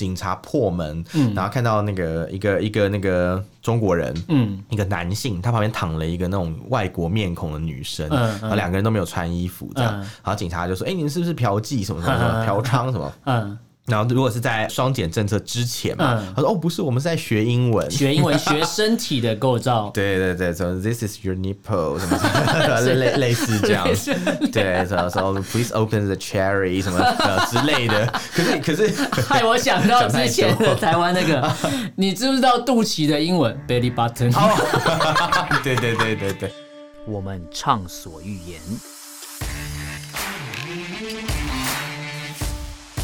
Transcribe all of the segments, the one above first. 警察破门，嗯然后看到那个一个一个那个中国人，嗯一个男性，他旁边躺了一个那种外国面孔的女生，嗯嗯然后两个人都没有穿衣服，这样，嗯然后警察就说：“哎、你们是不是嫖妓什么什 么什嗯嗯么，嗯嫖娼什么嗯，？”然后如果是在双减政策之前嘛，嗯他说：“哦，不是，我们是在学英文。”学英文学身体的构造， 对对对，什么 This is your nipple 什么什么类类类似这样， 对，什么什么 Please open the cherry 什么呃之类的。可是可是 害我想到之前讲太多的台湾那个，你知不知道肚脐的英文 belly button？哦， 对对对对对，我们畅所欲言；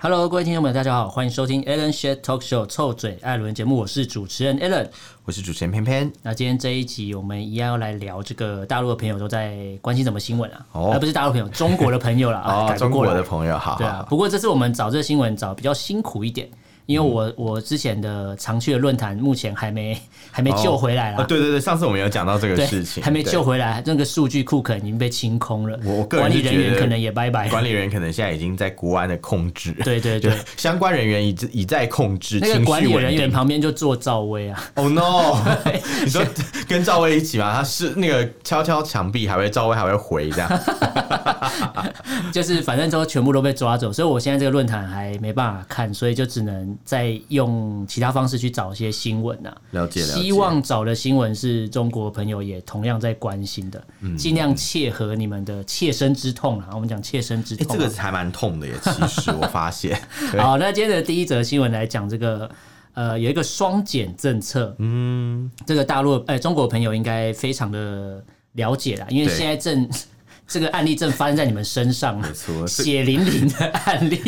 Hello，各位听众们，大家好，欢迎收听 Alan s h a t Talk Show 臭嘴艾伦节目，我是主持人 Alan。我是主持人偏偏，那今天这一集，我们一样要来聊这个大陆的朋友都在关心什么新闻啊？哦而不是大陆朋友，中国的朋友啦，啊 哦，改不中过国来的朋友，好对好啊，好，不过这次我们找这个新闻找比较辛苦一点，因为我、嗯我之前的常去的论坛目前还没还没救回来啦。哦对对对，上次我们有讲到这个对事情，还没对救。回来，那个数据库可能已经被清空了，我我个人管理是人觉员得可能也拜拜了。管理人员可能现在已经在国安的控制，对对就 对，相关人员已已在控制那个管理人员旁。旁边就坐赵薇啊， Oh no！你说跟赵薇一起吗？他是那个敲敲墙壁，还会赵薇还会回这 样。就是反正都全部都被抓走，所以我现在这个论坛还没办法看，所以就只能再用其他方式去找一些新闻啊。了解了解。希望找的新闻是中国朋友也同样在关心的，嗯尽量切合你们的切身之痛啊啦。我们讲切身之哎、痛这啊、个还蛮痛的耶。其实我发现， 对好，那今天的第一则新闻来讲这个。呃，有一个双减政策，嗯，这个大陆哎、中国朋友应该非常的了解啦，因为对现在正 这个案例正发生在你们身上，没错哎这血淋淋的 案例。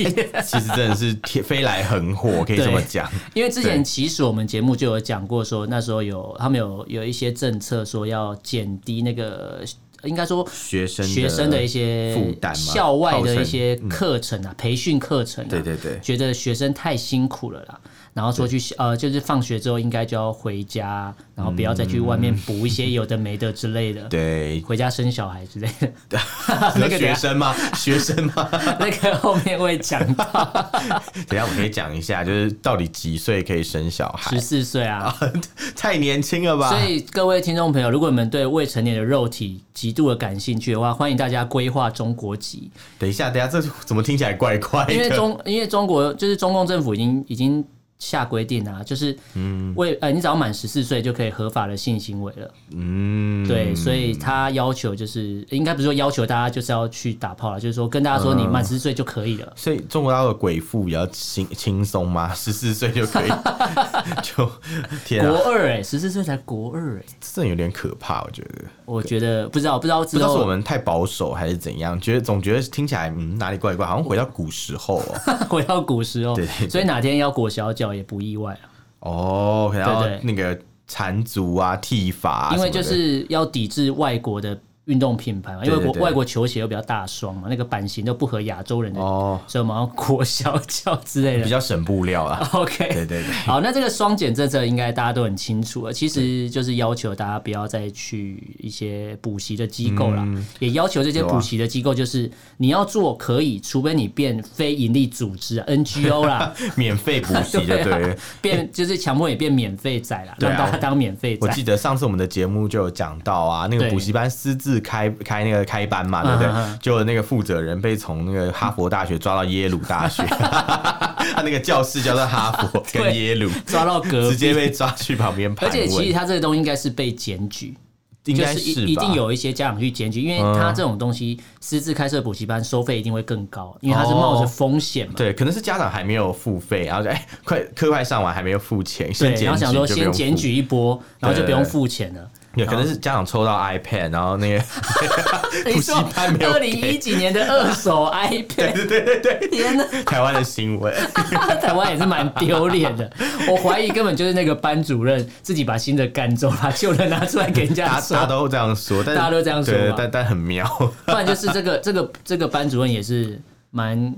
其实真的是天飞来横祸，可以这么讲。因为之前对其实我们节目就有讲过说那时候有他们有有一些政策说要减低那个，应该说学生学生的一些负担嘛校外的一些号称嗯课程啊，培训课程、啊，对对对觉得学生太辛苦了啦，然后说去呃，就是放学之后应该就要回家，然后不要再去外面补一些有的没的之类的，对，回家生小孩之类的， 那那个个等学一下生吗？ 学生吗？那个后面会讲到等一下我们可以讲一下，就是到底几岁可以生小孩 十？四岁 啊。太年轻了吧？所以各位听众朋友，如果你们对未成年的肉体极度的感兴趣的话，欢迎大家规划中国籍，等一下，等一下，这怎么听起来怪怪的？因为中因为中国就是中共政府已经已经下规定啊，就是嗯，为呃你只要满十四岁就可以合法的性行为了，嗯，对，所以他要求就是应该不是说要求大家就是要去打炮了，就是说跟大家说你满十四岁就可以了。所以中国大陆的鬼父比较轻轻松吗？ 十四岁就可以，就天国啊，二哎、欸，十四岁才国二哎、这有点可怕，我觉得。我觉得不知道不知道不之知道是我后们太保守还是怎样，觉得总觉得听起来嗯哪里怪怪，好像回到古时候 哦。回到古时候对对，对所以哪天要裹小脚也不意外啊，哦，可能对要对那个缠足啊、剃发啊什因么的，为就是要抵制外国的运动品牌嘛，因对为对国对外国球鞋又比较大双嘛，那个版型都不合亚洲人的哦所以我们要裹小脚之类比的。较省布料啊。 OK，对对 对，好，那这个双减政策应该大家都很清楚了，其实就是要求大家不要再去一些补习的机构啦，也要求这些有啊补习的机构就是、你要做可以，除非你变非盈利组织、啊、NGO 啦，免费补习就对了。变就是强迫你变免费仔啦，对啊让大家当免费我仔。记得上次我们的节目就有讲到啊，那个对补习班私自开开那个开班嘛，对不嗯对？嗯就那个负责人被从那个哈佛大学抓到耶鲁大 学，他那个教室叫做哈佛跟耶鲁，抓到隔直壁，接被抓去旁边盘呃而问。且其实他这个东西应该是被检举，应该就是吧一一定有一些家长去检举，因为他这种东西私自开设补习班收费一定会更高，因为他是冒着风险嘛。对，可能是家长还没有付费，然后就哎、快课快上完还没有付钱，先，对然检后举想说就不先用检付 举一波，然后就不用付钱了。对，可能是家长抽到 iPad，然后 那个补习班没有二零一几年的二 手 iPad，对对对对，天哪，台湾的新闻， 台湾也是蛮丢脸 的。我怀疑根本就是那个班主任自己把新的干走，把旧的拿出来给大人家 大家收，都这样说，但大家都这样说对嘛但但很妙，不然就是这个这个这个班主任也是蛮。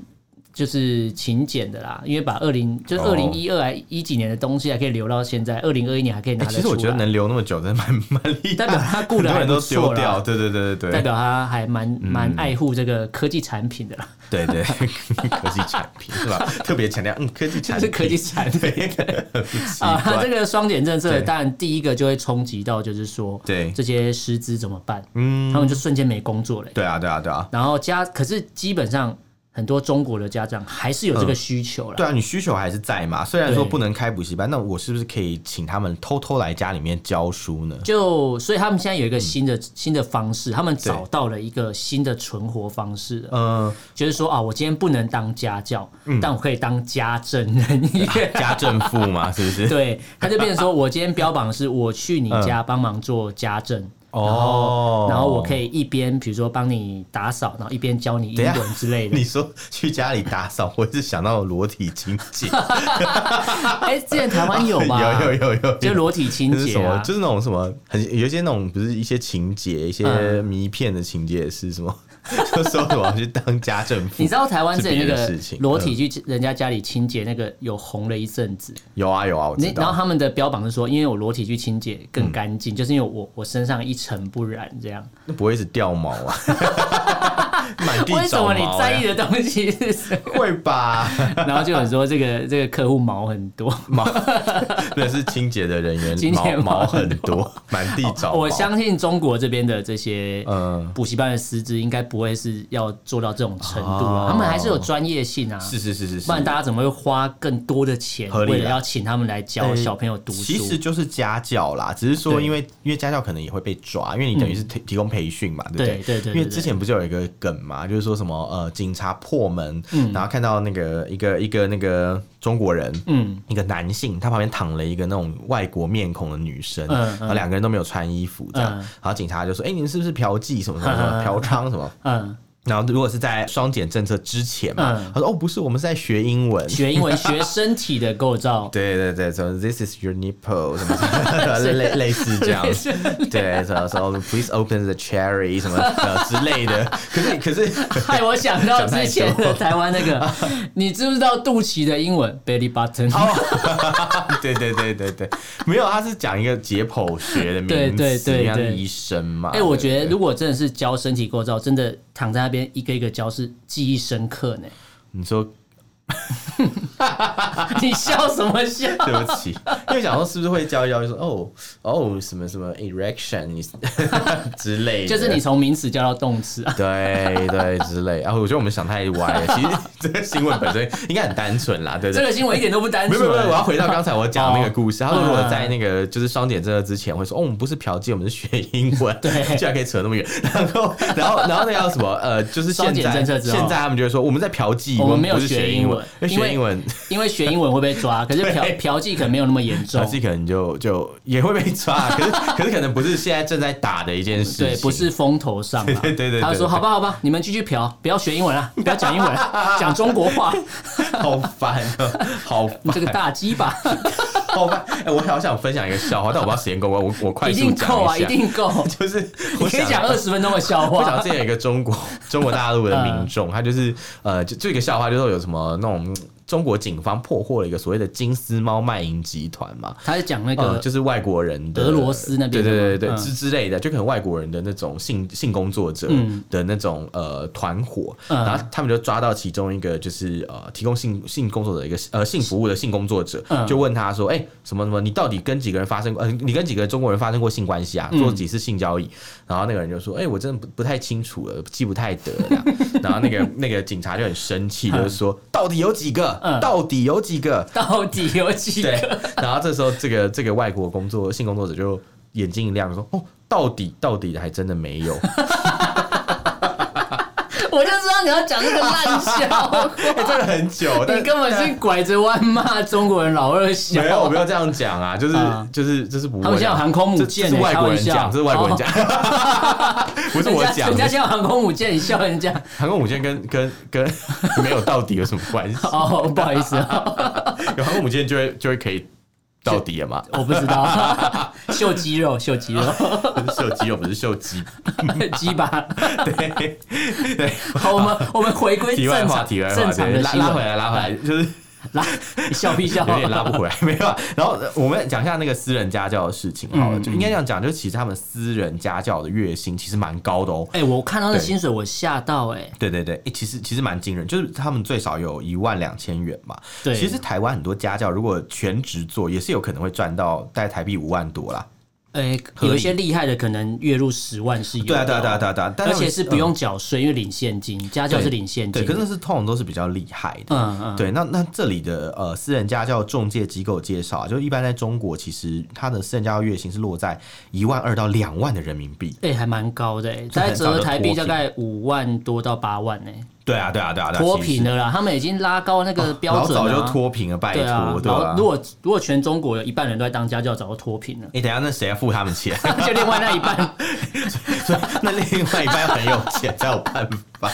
就是勤俭的啦，因为把二零就是哦二零一二还一几年的东西还可以留到现在，二零二一年还可以拿欸得出 其来。实我觉得能留那么久，真的蛮蛮厉害，代表他顾得很多还人不都错丢啦掉，对对对对代对，表他还蛮嗯蛮爱护这个科技产品的啦，对 对，科技产品是吧？特别强调，嗯，科技就产是品， 科技产品。对，很不习 啊，他惯这个双减政策，对当然第一个就会冲击到，就是说，对这些师资怎么办？嗯，他们就瞬间没工作了欸、对啊对啊对啊，然后家，可是基本上很多中国的家长还是有这个需求啦。对啊，你需求还是在嘛？虽然说对不能开补习班，那我是不是可以请他们偷偷来家里面教书呢？就所以他们现嗯在有一个新的、新的方式，他们找到了一个新的存活方式了，嗯，就是说啊，我今天不能当家教，但我可以当家政人 员。家政妇嘛，是不是？ 对，他就变成说，我今天标榜是我去你嗯家帮忙做家政，哦然后我以。可以一边比如说帮你打扫，然后一边教你英等一下文之类的你。说去家里打扫，我一直想到裸体清洁，哎，之前台湾有 吧？有有有有，就裸体清就是洁什么，啊。就是那种什么，很有一些那种不是一些情节，一些嗯迷片的情节是什么？ 就说什么去当家政妇？你知道台湾是之前那别的个事情裸体去人家家里清洁那个有红了一阵子，有啊有啊，我那知然后道。他们的标榜是说，因为我裸体去清洁更干嗯净，就是因为我我身上一尘不染这样。那不会是掉毛啊？ 满地为什找毛、啊？么你在意的东西 是什么？会吧？然后就有说这个这个客户毛很多，毛，那是清洁的人员，清洁毛毛哦很多，满地找毛。我相信中国这边的这些哦嗯补习班的师资应该不会是要做到这种程度啊，哦他们还是有专业性啊，是是是是是，不然大家怎么会花更多的钱合理啦为了要请他们来教呃小朋友读书？其实就是家教啦，只是说对嗯因为因为家教可能也会被抓，因为你等于是提提供培训嘛，对不对对？对对对因为之前不就有一个梗嘛，就是说什么呃，警察破门，然后看到那个一个一个那个中国人，嗯，一个男性，他旁边躺了一个那种外国面孔的女生，嗯嗯然后两个人都没有穿衣服，这样，嗯然后警察就说：“哎、你们是不是嫖妓什么什么什嗯嗯么嗯嫖娼什么嗯，？”然后如果是在双减政策之前嘛，嗯他说：“哦，不是，我们是在学英文。”学英文学身体的构造，对对对，什么 This is your nipple 什么什 么类类似这样， 对，什么什么 Please open the cherry 什么 的之类的。可是可是害我想到之前想太的多台湾 那个，你知不知道肚脐的英文 belly button？哦对对对对对，没有，他是讲一个解剖学的名词，对对对因为他对是医生嘛。哎、我觉得如果果真的是教身体构造，真的躺在那边一个一个教是记忆深刻 呢。你说你笑什么笑？对不起，因为想说是不是会教一教，就说哦哦什么什么 erection 你 之类的，就是你从名词教到动词啊。对对之类。然后我觉得我们想太歪了，其实这个新闻本身应该很单纯啦，对不这对？个新闻一点都不单没有纯。没有，没有我要回到刚才我讲的那个故事。他说，如嗯果在那个就是双减政策之前，会说哦，我们不是嫖妓，我们是学英文， 对居然可以扯那么远。 然后，然后，然后那叫什么？呃，就是双现减在政策之后现在他们就会说我们在嫖妓，我们们没有不是学学英英文因为因为学英文，因为学英文会被抓，可是嫖对嫖妓可能没有那么严重嫖。妓可能就就也会被抓， 可是可是可能不是现在正在打的一件事情，对，不是风头上啦。对对对对他就说：“对好吧，好吧，你们继续嫖，不要学英文了，啊不要讲英文，啊讲中国 话， 好烦哦， 好你烦，这个大鸡巴，好烦。哎，我好想分享一个笑话，但我不知道时间够不够，我我快一速定讲够啊，一一下，定够。 就是你我可以想讲二十分钟的笑我想话之。前有一个中国 中国大陆的民众，他就是呃，就就一个笑话，就是说有什么那种中国警方破获了一个所谓的金丝猫卖淫集团嘛。”他是讲那呃，个就是外国人的俄罗斯那边的对吗对对对嗯之、之类的，就可能外国人的那种性性工作者嗯的那种、呃团伙，嗯然后他们就抓到其中一个就是呃提供性性工作者的一个呃性服务的性工作者，嗯就问他说，哎、什么什么，你到底跟几个人发生过？呃，你跟几个中国人发生过性关系嗯啊？做几次性交易？然后那个人就说，哎、我真的不不太清楚了，记不太得了。然后那个那个警察就很生气，就是说，到底有几个？嗯到底有几个？到底有几对个？，然后这时候这个这个外国工作性工作者就眼 睛一亮，说：“哦，到底到底还真的没有。”我就知道你要讲这个烂笑话，哎这个很久， 但你根本是拐着弯骂中国人老二小。没有，我没有这样讲啊，就是啊就是这是不会的。他们现在有航空母这舰这是欸外开国玩人笑讲，这是外国人讲，不是我人家讲 人家的。现在有航空母舰，你笑人家航空母舰跟跟跟没有到底有什么关 系？哦，不好意 思啊，有航空母舰就会就会可以到底了嘛？我不 知道，秀肌肉，秀肌肉，就是秀肌肉不是秀肌。 鸡巴。对对，好，我们我们回归题外哎正话，常题外正话，常对的拉新闻拉回来，拉回来，就是拉，你笑屁笑有，点拉不哦回来，没有啊。然后呃我们讲一下那个私人家教的事情好了，嗯就应该这样讲，就是其实他们私人家教的月薪其实蛮高的哦。哎、我看到那对薪水我吓到哎、对对对，诶其实其实蛮惊人，就是他们最少有一万两千元嘛。对其实台湾很多家教如果全职做，也是有可能会赚到大概台币五万多啦。哎、合理有一些厉害的可能月入十万是有的对啊哦，对啊对啊对啊对啊，但而他们且是不用缴税，因为领现金，家教是领现对，金的，可是那是通常都是比较厉害的。嗯嗯，对，那那这里的呃私人家教中介机构介绍啊，就一般在中国，其实它的私人家教月薪是落在一万二到两万的人民币。哎、还蛮高的、欸，这大很概折合台币少大的脱贫概五万多到八万呢、欸，对啊，对啊，对啊，对啊其脱实哦贫了啦，他们已经拉高那个标老准了、啊早就脱贫了，拜对啊托，，对然吧。后？如果如果全中国有一半人都在当家教，早就脱贫了 哎，等一下那谁要付他们钱？ 就另外那一半 所以那另外一半很有钱才有办 法，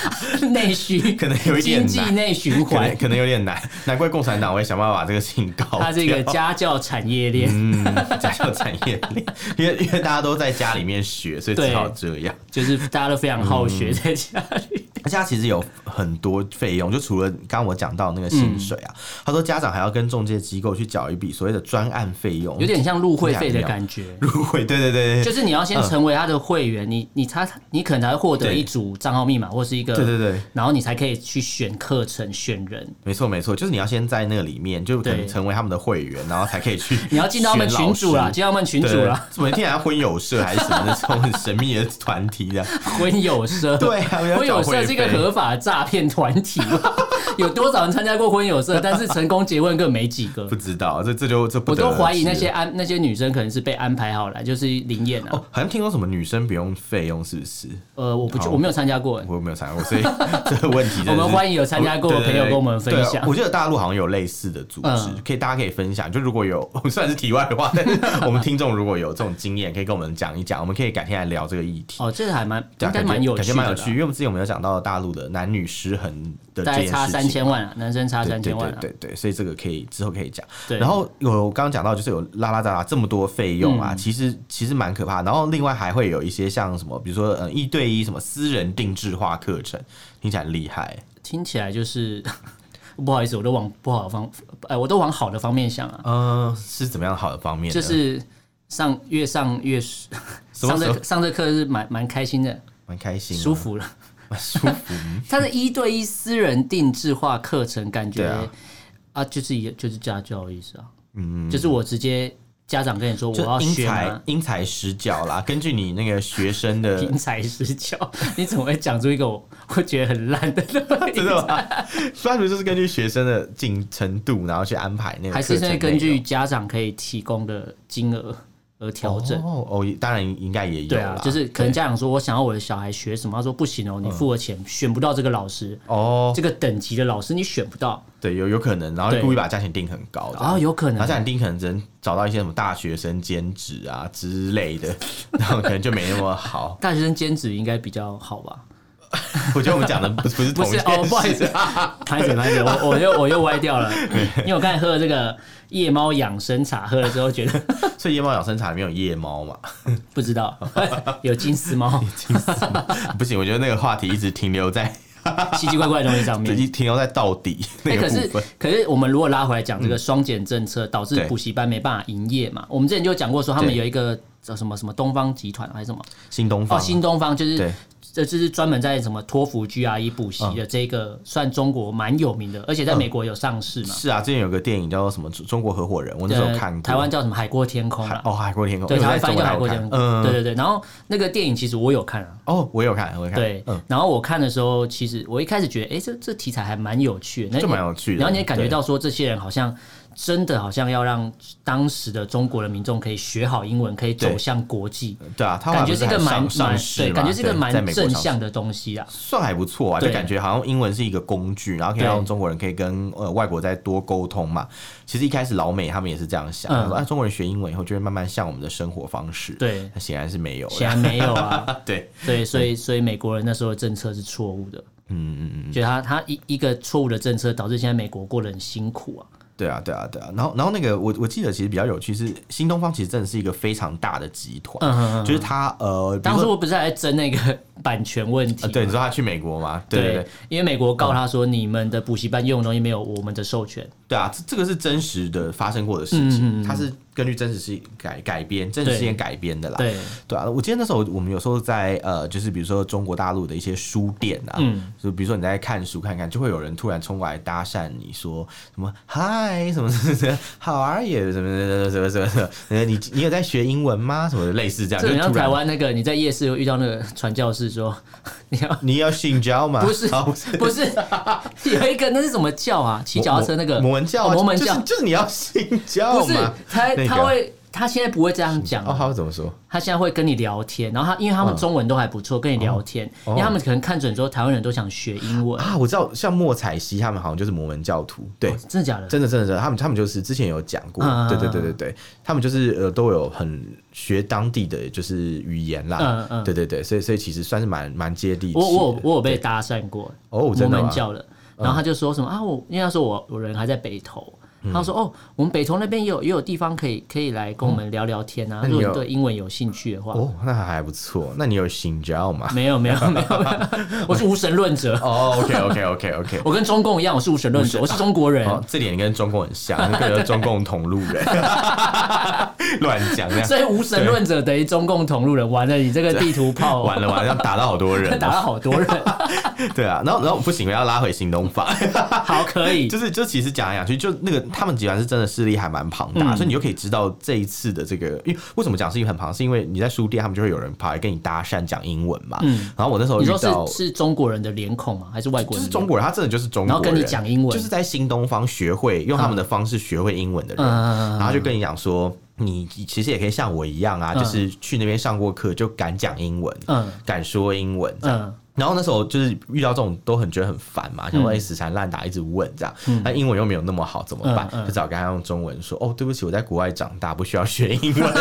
内需， 可能有一点经济难内循可环能，可能有点难，难怪共产党会想办法把这个信搞掉。它这个家教产业链。嗯， 家教产业链，因为因为大家都在家里面学，所以只好这样。就是大家都非常好学，在家里。而且它其实有很多费用，就除了刚刚我讲到那个薪水啊，他说家长还要跟中介机构去缴一笔所谓的专案费用，有点像入会费的感觉。 入会，对对对就对是你要先成为他的会员，你你他你可能才会获得对一组账号密码或是一个，对对对，然后你才可以去选课程、选人，没错没错，就是你要先在那个里面，就可对能成为他们的会员，然后才可以去 你要进到他们选老群组啦，师进到他们群组啦，，对怎么听起来像婚友社还是什么那种很神秘的团体 的？婚友社， 对啊我要婚友找会社费是一个合法的诈骗团体 吧，有多少人参加过婚 友社，但是成功结婚根本没几个不。知道，这这就这不我得都而怀疑知那些了安那些女生可能是被安排好了，就是灵验啊。哦，好像听说什么女生不用费用是不是？呃，我不好我没有参加过，我没有参加过， 所以这个问题真的是我们欢迎有参加过的对对朋友对跟我们分享对啊我记得大陆好像有类似的组织嗯，可以大家可以分享。就如果有， 虽然是题外话，但是我们听众如果有这种经验，可以跟我们讲一讲，我们可以改天来聊这个议题。哦，这个还蛮对应啊该感觉蛮有感趣觉的啦，蛮有趣，因为我们之前有没有讲到大陆的男女失衡的这大概件差事三情千。万啊，男生差对三对千万对啊，对对，所以这个可以之后可以讲。对然后有刚刚讲到，就是有拉拉杂杂这么多费用嗯啊，其实其实蛮可怕。然后另外还会有一些像什么，比如说呃一对一什么私人定制化课程，听起来很厉害。听起来就是 不好意思，我都往不好的方，哎，我都往好的方面想啊，嗯，是怎么样好的方面呢？就是上越上越么上时这候上这课是蛮蛮开心的，蛮开心啊的，舒服了。蛮 舒服。嗯 他的一对一私人定制化课程，感觉对啊啊，就是也就是家教的意思啊，嗯，就是我直接家长跟你说我要就因学材嘛。因材施教啦，根据你那个学生 的因材施教， 你怎么会讲出一个我会觉得很烂 的？真的吗？虽然就是根据学生的进程度，然后去安排那个 还是课程会根内据容家长可以提供的金额而调整。哦哦，当然应该也有对啦啊，就是可能家长说我想要我的小孩学什么，他说不行哦，你付了钱、选不到这个老师，哦，这个等级的老师你选不到，对，有有可能，然后对故意把价钱定很高，然后哦有可然能后。家长定可能只能找到一些什么大学生兼职啊之类 的，然后可能就没那么好。大学生兼职应该比较好吧？我觉得我们讲的 不是不是同啊一件不是哦，不好意事思，拍着拍着，我我又我又歪掉 了，因为我刚才喝了这个夜猫养生茶，喝了之后觉得 所以夜猫养生茶里面有夜猫嘛？ 不知道 有金丝猫，不行，我觉得那个话题一直停 留在奇奇怪怪的东西上面一。停留在到底嗯那哎、个可是部分。嗯可是我们如果拉回来讲这个双减政策，导致对补习班没办法营业嘛？我们之前就讲过说，他们对有一个叫什么什么东方集团还是什么新东哦，方新东方就是对啊这就是专门在什么托福 GRE 补习的这个，算中国蛮有名的，而且在美国有上市嘛。是啊，之前有个电影叫做什么《中中国合伙人》，我那时候呃看过。台湾叫什么海阔天空海啊？哦，海阔天空，对，因为我台湾在翻译中叫国有海阔看天空。嗯，对对对，然后那个电影其实我有看啊，哦，我有看，我有看，对，嗯，然后我看的时候，其实我一开始觉得，哎、这这题材还蛮有趣的，那就蛮有趣的然后你也感觉对到说，这些人好像真的好像要让当时的中国的民众可以学好英文，可以走对向国际，对啊，他后来感觉不一还个蛮上蛮上市对，嘛感觉是一个对在蛮美国正上市向的 东西啊。算还不错啊，就对感觉好像英文是一个工具，然后可以对让中国人可以跟呃外国再多沟通嘛。其实一开始老美他们也是这样想，嗯他说啊中国人学英文以后就会慢慢像我们的生活方式。对那显然是没有的。显然没有啊， 对，对，所以所以美国人那时候的政策是错误的，嗯嗯嗯，就他他一一个错误的政策导致现在美国过得很辛苦啊。对啊，对啊，对啊。然后，然后那个我我记得其实比较有趣是，新东方其实真的是一个非常大的集团，嗯嗯嗯就是他呃，比如当说初不是还在争那个版权问题呃吗？对，你说他去美国嘛？对对对，因为美国告他说你们的补习班用的东西没有我们的授权，对啊，这这个是真实的发生过的事情，它是根据真实事改改编，真实事件改编的啦。嗯对，对啊，我记得那时候我们有时候在呃，就是比如说中国大陆的一些书店啊，嗯就比如说你在看书看看，就会有人突然冲过来搭讪你说什么嗨什么什么什么 How are you 什么什么什么什么什么，你你有在学英文吗？什么的类似这样，这就很像突然台湾那个你在夜市有遇到那个传教士说你要你要信教吗？不是好不是有一个那是什么教啊？骑脚踏车那个摩摩摩门教啊、哦摩门就是教就是你要信不教是嘛？他那他个会他现在不会这样讲哦，他哦会怎么说？他现在会跟你聊天，然后他因为他们中文都还不错，跟你聊天，哦因为他们可能看准之后，台湾人都想学英文，啊，我知道，像莫彩希他们好像就是摩门教徒，对，真的假的？真的真的真的，他们他们就是之前有讲过，嗯嗯嗯对对对对对，他们就是呃都有很学当地的就是语言啦，嗯嗯对对对，所以所以其实算是蛮蛮接地气的。我我有我有被搭讪过，哦摩真的吗嗯门教的，然后他就说什么啊，我因为他说我我人还在北投。嗯他说：“哦，我们北投那边也有也有地方可以可以来跟我们聊聊天啊。嗯那你如果有你对英文有兴趣的话，哦，那还不错，那你有信教吗？ 没有没有没有，没有我是无神论者，哦，OK OK OK OK，我跟中共一样，我是无神论者，我是中国人。哦，这点你跟中共很像，你跟中共同路人， 乱讲这样，所以无神论者等于中共同路人。完了，你这个地图炮完了完了，要打到好多人 打哦，了好多人。 对啊，然后然后不行，我要拉回行动法。好，可以就。是就其实讲来讲去，就那个他们集团是真的势力还蛮庞大，嗯所以你就可以知道这一次的这个，因为为什么讲势力很庞，是因为你在书店，他们就会有人跑来跟你搭讪讲英文嘛。嗯然后我那时候你遇说到是是中国人的脸孔吗？还是外国就人是的脸中孔？国人，他真的就是中国人，然后跟你讲英文就是在新东方学会用他们的方式学会英文的人，嗯然后就跟你讲说，你其实也可以像我一样啊，嗯就是去那边上过课，就敢讲英文，嗯敢说英文这样。嗯，然后那时候就是遇到这种都很觉得很烦嘛，想说嗯哎死缠烂打一直问这样，但英文又没有那么好怎么办？嗯嗯就找跟他用中文说哦对不起我在国外长大不需要学英文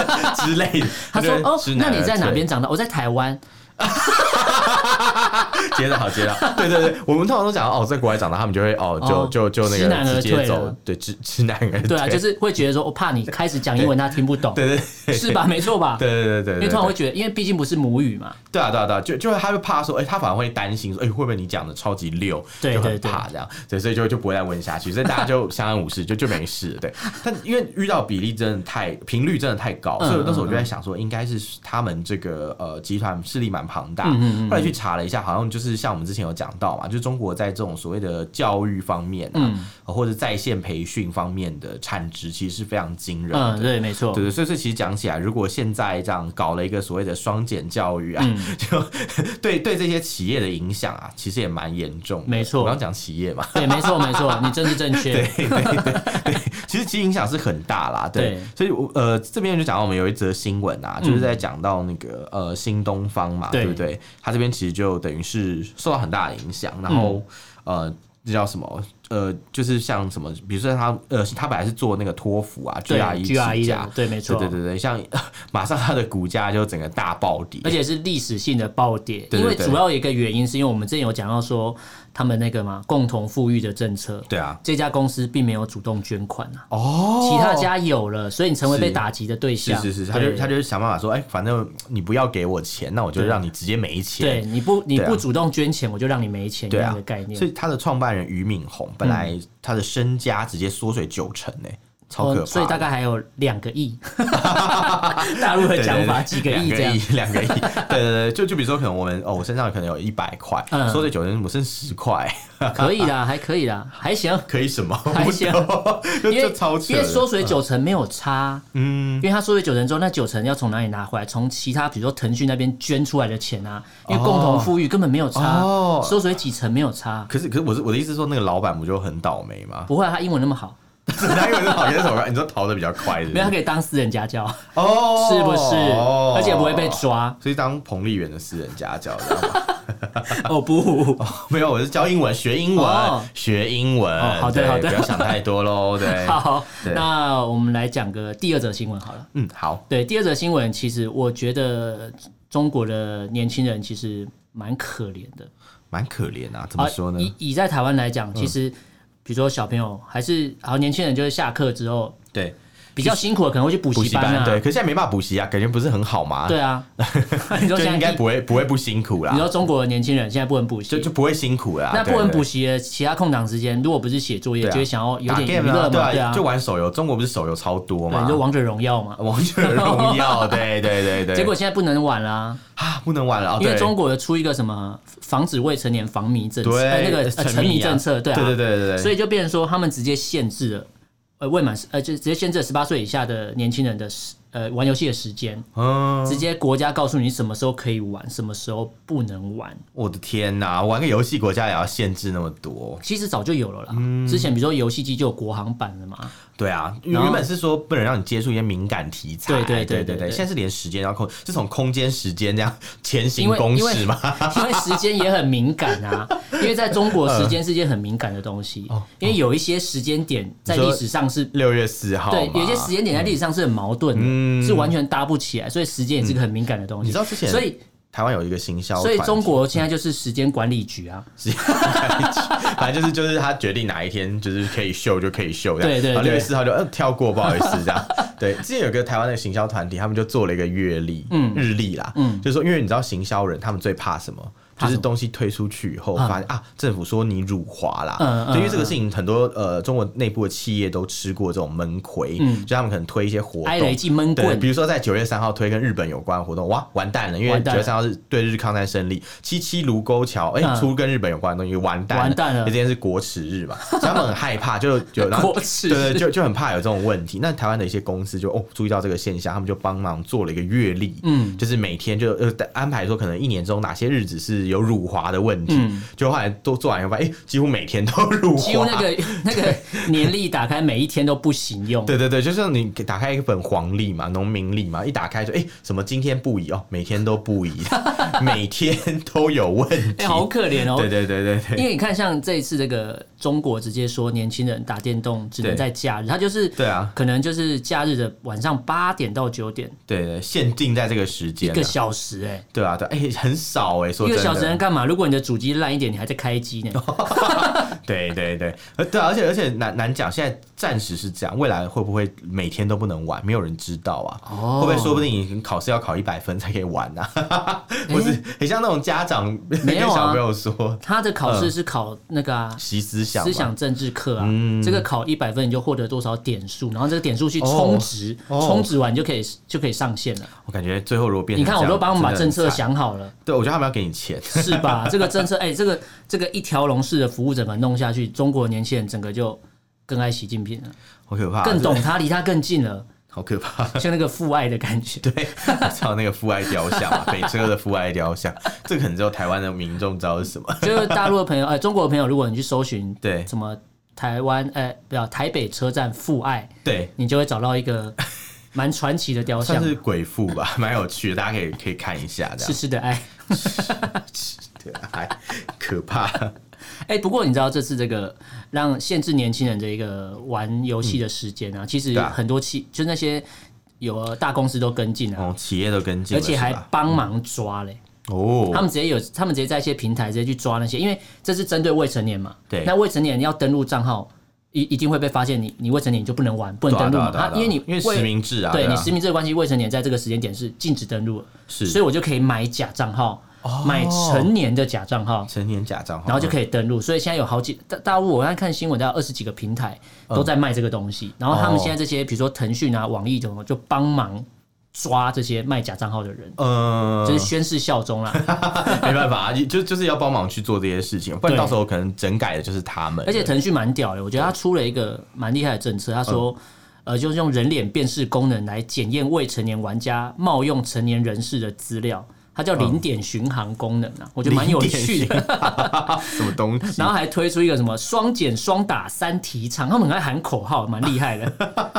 之类的。他说就哦知，那难你而在哪退边？长大？我在 台湾。接着好接着好，对对对，我们通常都讲哦在国外长大，他们就会哦就就哦就那知难个直而接退走了，对知知难而退。对啊，就是会觉得说，我怕 你开始讲英文，他听不懂，对对对是吧？没错吧？对对对对对，因对为突然会觉得，因为毕竟不是母语嘛，对啊，对啊，对啊，就就是他会怕说，哎、他反而会担心说，哎、会不会你讲的超级溜，对就很对对怕这样，对，所以就就不会再问下去，所以大家就相安无事，就就没事了，对。但因为遇到比例真的太频率真的太嗯高，所以那时候我就在想说，应该是他们这个呃集团势力蛮庞嗯大，后来去查了一下，好像就是像我们之前有讲到嘛，就是中国在这种所谓的教育方面啊，嗯呃或者在线培训方面的产值其实是非常惊人的嗯，，对，没错对，对，所以所以其实讲起来，如果现在这样搞了一个所谓的双减教育啊，嗯就对对这些企业的影响啊，其实也蛮严重的。没错我刚讲企业嘛， 对，没错，没 错，你真是正确，其实其实影响是很大啦。对，对嗯所以我呃这边就讲到我们有一则新闻啊，就是在讲到那个呃新东方嘛，对对不对？它这边其实就等于是受到很大的影响，然后、嗯呃。这叫什么？呃，就是像什么，比如说他呃，他本来是做那个托福啊对，GRE ，GRE 起家的，对，没错，啊对对对对， 像马上它的股价就整个大暴跌，而且是历史性的暴跌，对对因为对主要有一个原因是因为我们之前有讲到说他们那个嘛共同富裕的政策，对啊，这家公司并没有主动捐款啊，哦其他家有了，所以你成为是被打击的对是象。是是，他就对他就是想办法说，哎，反正你不要给我钱，那我就对让你直接没钱。对你不你对啊不主动捐钱，我就让你没钱一对样啊的概，念所。以他的创办人俞敏洪本来他的身家直接缩水九成呢，超可怕的。嗯哦所以大概还有两个亿， 大陆的讲法几个亿这样。，两个亿， 两个亿对对对，就就比如说可能我们哦，我身上可能有一百块，嗯缩水九成，我剩十块， 可以啦，还可以啦，还行。可以什么？还不行啊懂 就因为就超扯因为的。缩水九成没有差，嗯，因为他缩水九成之后，那九成要从哪里拿回来？从其他比如说腾讯那边捐出来的钱啊，因为共同富裕根本没有差，哦缩水几成没有差，可是可是我是我的意思是说，那个老板不就很倒霉吗？不会啊，他英文那么好，哪有人讨厌什么？你说逃的比较快是不是没有，他可以当私人家教，是哦，不是？而且不会被抓。所以当彭丽媛的私人家教，知道吗？哦不，没有，我是教英文，学英文，哦学英文。哦好的对好的不要想太多喽。对， 好，对那我们来讲个第二则新闻好了。嗯，好，对，第二则新闻，其实我觉得中国的年轻人其实蛮可怜的。蛮可怜啊，怎啊，么说呢？嗯以以在台湾来讲，其实比如说小朋友还是好年轻人，就是下课之后对，比较辛苦的，可能会去补补习习班班，啊。对，可是现在没办法补习啊，感觉不是很好嘛。对， 啊，你就说现在应该第不会不会不辛苦你啦，说中国的年轻人现在不能补就习就，不会辛苦啦。那不能对补。习的其他空档时间，如果不是写作业，对啊就会想要对有打点娱 game 乐啊，嘛，对对啊，啊，就玩手游。中国不是手游超多对，嘛你？说王者荣耀嘛。王者荣耀，对对对对。结果现在不能玩啦，啊，不能玩了，哦因为对中国有出一个什么防止未成年防迷政策，对呃那个呃沉迷啊政策，对对啊，对对对对，所以就变成说，他们直接限制了，呃，未满十呃，就直接限制十八岁以下的年轻人的时呃玩游戏的时间，嗯，直接国家告诉你什么时候可以玩，什么时候不能玩。我的天呐，玩个游戏国家也要限制那么多？其实早就有了啦，嗯之前比如说游戏机就有国行版了嘛，对啊，然后原本是说不能让你接触一些敏感题材，对对对对对对对现在是连时间要控，是从空间时间这样 前行因为公因为式嘛？因为时间也很敏感啊，因为在中国嗯时间是件很敏感的东西，因为有一些时间点在哦你说历史上是。六月四号，对，有一些时。间点在历史上是很矛盾的，是完全搭不起来，所以时间也是个很敏感的东西。嗯你知道之前所以台湾有一个行销团所体，以中国现在就是时间管理局啊，时间管理局 反正就是就是他决定哪一天就是可以秀就可以秀这样，对对对六月四号就嗯、呃跳过，不好意思这样。 对，之前有个台湾的行销团体，他们就做了一个月历，嗯，日历啦，嗯，就是说因为你知道行销人他们最怕什么？就怕什是么东西推出去以后，嗯发现啊，政府说你辱华啦，嗯嗯对，因为这个事情很多呃中国内部的企业都吃过这种闷亏，嗯，就他们可能推一些活挨了一动，记闷对，棍比。如说在九月三号推跟日本有关的活动，哇，完蛋了，因为完九蛋了月三号是对日抗战胜利，七七卢沟桥，哎、嗯出跟日本有关的东西，完蛋，完蛋了今天是国耻日嘛，所以他们很害怕，就 有然后国耻日对对，就就很怕有这种问题。那台湾的一些公司就哦注意到这个现象，他们就帮忙做了一个月历，嗯，就是每天就呃安排说可能一年中哪些日子是有辱华的问题，就后来都做完以后发现，哎、几乎每天都辱华，嗯几乎那个 那个年历打开，每一天都不行用。对对对，就像你打开一本黄历嘛，农民历嘛，一打开就哎、诶什么今天不宜哦，每天都不宜，每天都有问题。哎、好可怜哦。对对对对对因为你看，像这一次这个中国直接说年轻人打电动只能对在假日，他就是对啊可能就是假日的晚上八点到九点，对对，限定在这个时一间、个啊。小时哎、对啊，对，哎、很少哎、说一真个小时能的，哦干嘛？如果你的主机烂一点，你还在开机呢。对对对，呃对啊、而且而且难难讲，现在暂时是这样，未来会不会每天都不能玩，没有人知道啊，哦会不会说不定你考试要考一百分才可以玩啊？不是，很像那种家长没跟有啊小朋友说他的考试是考那个啊。习思想嘛，思想政治课啊，嗯这个考一百分你就获得多少点数，然后这个点数去充值，哦充值完就可以就可以上线了。我感觉最后如果变成你看，我这都样帮我们把真的政很策惨想好了，对，我觉得他们要给你钱， 是吧？这个政策，哎、这个这个一条龙式的服务整个弄下去，中国年轻人整个就更爱习近平了，好可怕，啊更这懂他，离他更近了，好可怕。 像那个父爱的感觉。对，知道那个父爱雕像嘛，北车的父爱雕像，这个可能只有台湾的民众知道是什么。 就是大陆的朋友，呃，中国的朋友，如果你去搜寻对什么台湾，呃，不要台北车站父爱，对，你就会找到一个蛮传奇的雕算像， 啊是鬼父吧， 蛮有趣的，大家可以可以看一下这痴样。痴的爱。对，还可怕。 哎、不过你知道这次这个让限制年轻人的一个玩游戏的时间啊，其实对啊很多企就那些有大公司都跟进啊，哦，企业都跟进而了，且还是吧帮忙抓嘞。他哦，们直接有，他们直接在一些平台直接去抓那些，因为这是针对未成年嘛。对那未成年要登录账号，一一定会被发现你，你未成年你就不能玩，不能登录嘛。对啊对啊他对啊因为你因为未实名制啊，对啊你实名制的关系，未成年在这个时间点是禁止登录了，所是哦以我就可以买假账号，买成年的假账号。成年假账号，然后就可以登嗯录。所以现在有好几大大陆，我刚才看新闻，大概二十几个平台嗯都在卖这个东西。然后他哦们现在这些，比如说腾讯啊、网易等等，就帮忙抓这些卖假账号的人，嗯，就是宣誓效忠啦。 没办法，就就是要帮忙去做这些事情，不然对到时候可能整改的就是他们了。而且腾讯蛮屌的，我觉嗯得他出了一个蛮厉害的政策，他说。呃，就是用人脸辨识功能来检验未成年玩家冒用成年人士的资料。它嗯叫零点巡航功能啊，我觉得蛮有趣的。的， 什么东西？啊 然后还推出一个什么双减双打三提倡，他们很爱喊口号，蛮厉害 的。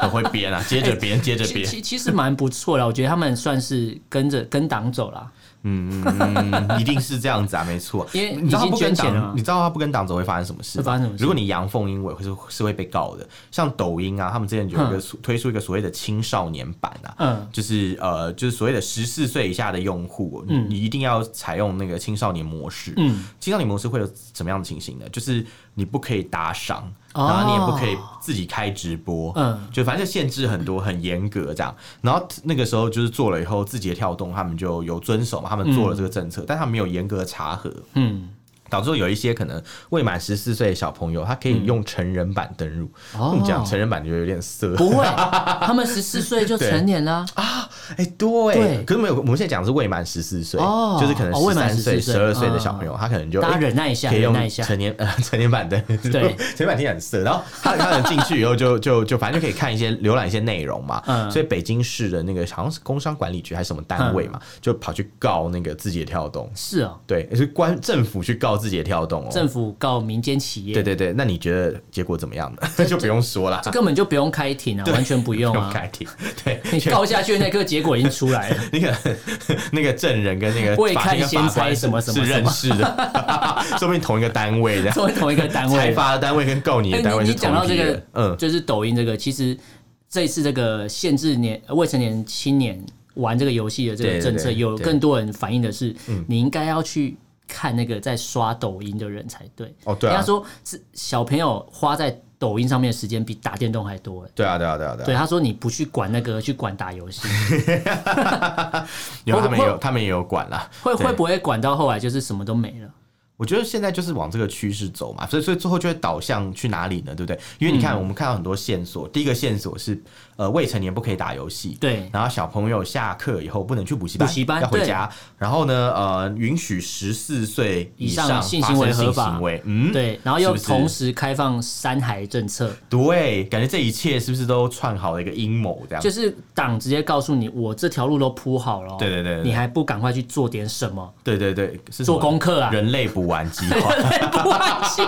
很会编哎啊，接着编，接着其编。其其实蛮不错的，我觉得他们算是跟着跟党走啦。嗯，一定是这样子啊，没错。因为你知道他不跟已经捐钱了嘛党，你知道他不跟党走会发生什么事吗？会发生什么事如果你阳奉阴违，会是是会被告的。像抖音啊，他们之前有一个嗯所推出一个所谓的青少年版啊，嗯就是呃，就是所谓的十四岁以下的用户，你你一定要采用那个青少年模式。嗯，青少年模式会有什么样的情形呢？就是你不可以打赏，哦然后你也不可以自己开直播，嗯就反正限制很多，很严格这样。然后那个时候就是做了以后，字节跳动他们就有遵守嘛，他们做了这个政策，但他们没有严格的查核，嗯，导致有一些可能未满十四岁的小朋友，他可以用成人版登入。嗯哦我们讲成人版就有点色，不会，他们十四岁就成年啦。哎、对，对可是没有，我们现在讲的是未满十四岁，哦就是可能哦未十满三岁、 14岁嗯十二岁的小朋友，他可能就大家哎忍耐一下可以用忍耐一下成年呃 成年版的，对成年版听起来很色，然后他他可能进去以后就就就反正就可以看一些浏览一些内容嘛，嗯所以北京市的那个好像是工商管理局还是什么单位嗯嘛，就跑去告那个字节跳动，是哦，对，是官政府去告字节跳动哦，政府告民间企业，对对对，那你觉得结果怎么样呢？ 就不用说了这。根本就不用开庭啊，完全不用不啊用。开庭，对，你告下去的那个结果已经出 来了。那个那个证人跟那个未法庭看跟先法官猜是什么什么是什认么识的， 说不定同一个单位的，作为 同一个单财位。阀的单位跟告你哎的单位你是你讲同到一批这人个，，嗯，就是抖音这个，其实这次这个限制年呃未成年青年玩这个游戏的这对个对政策，对有对嗯更多人反映的是，你应该要去。看那个在刷抖音的人才对哦对啊人家说是小朋友花在抖音上面的时间比打电动还多哎。对啊，对啊，对啊，对对，啊，他说你不去管那个，去管打游戏，有会他们也有会他们也有管啦。会对会不会管到后来就是什么都没了？我觉得现在就是往这个趋势走嘛，所以所以最后就会导向去哪里呢？对不对？因为你嗯看，我们看到很多线索，第一个线索是呃未成年不可以打游戏，对然后小朋友下课以后不能去补习班，补习班要回对家，然后呢呃允许十四岁以上上性发行为生合法行为，嗯，对，然后是又不是同时开放三孩政策，对，感觉这一切是不是都串好了一个阴谋这样？就是党直接告诉你，我这条路都铺好了哦、对对对对你还不赶快去做点 什么？对对对，是做功课啊什么人类补完计划，不安心。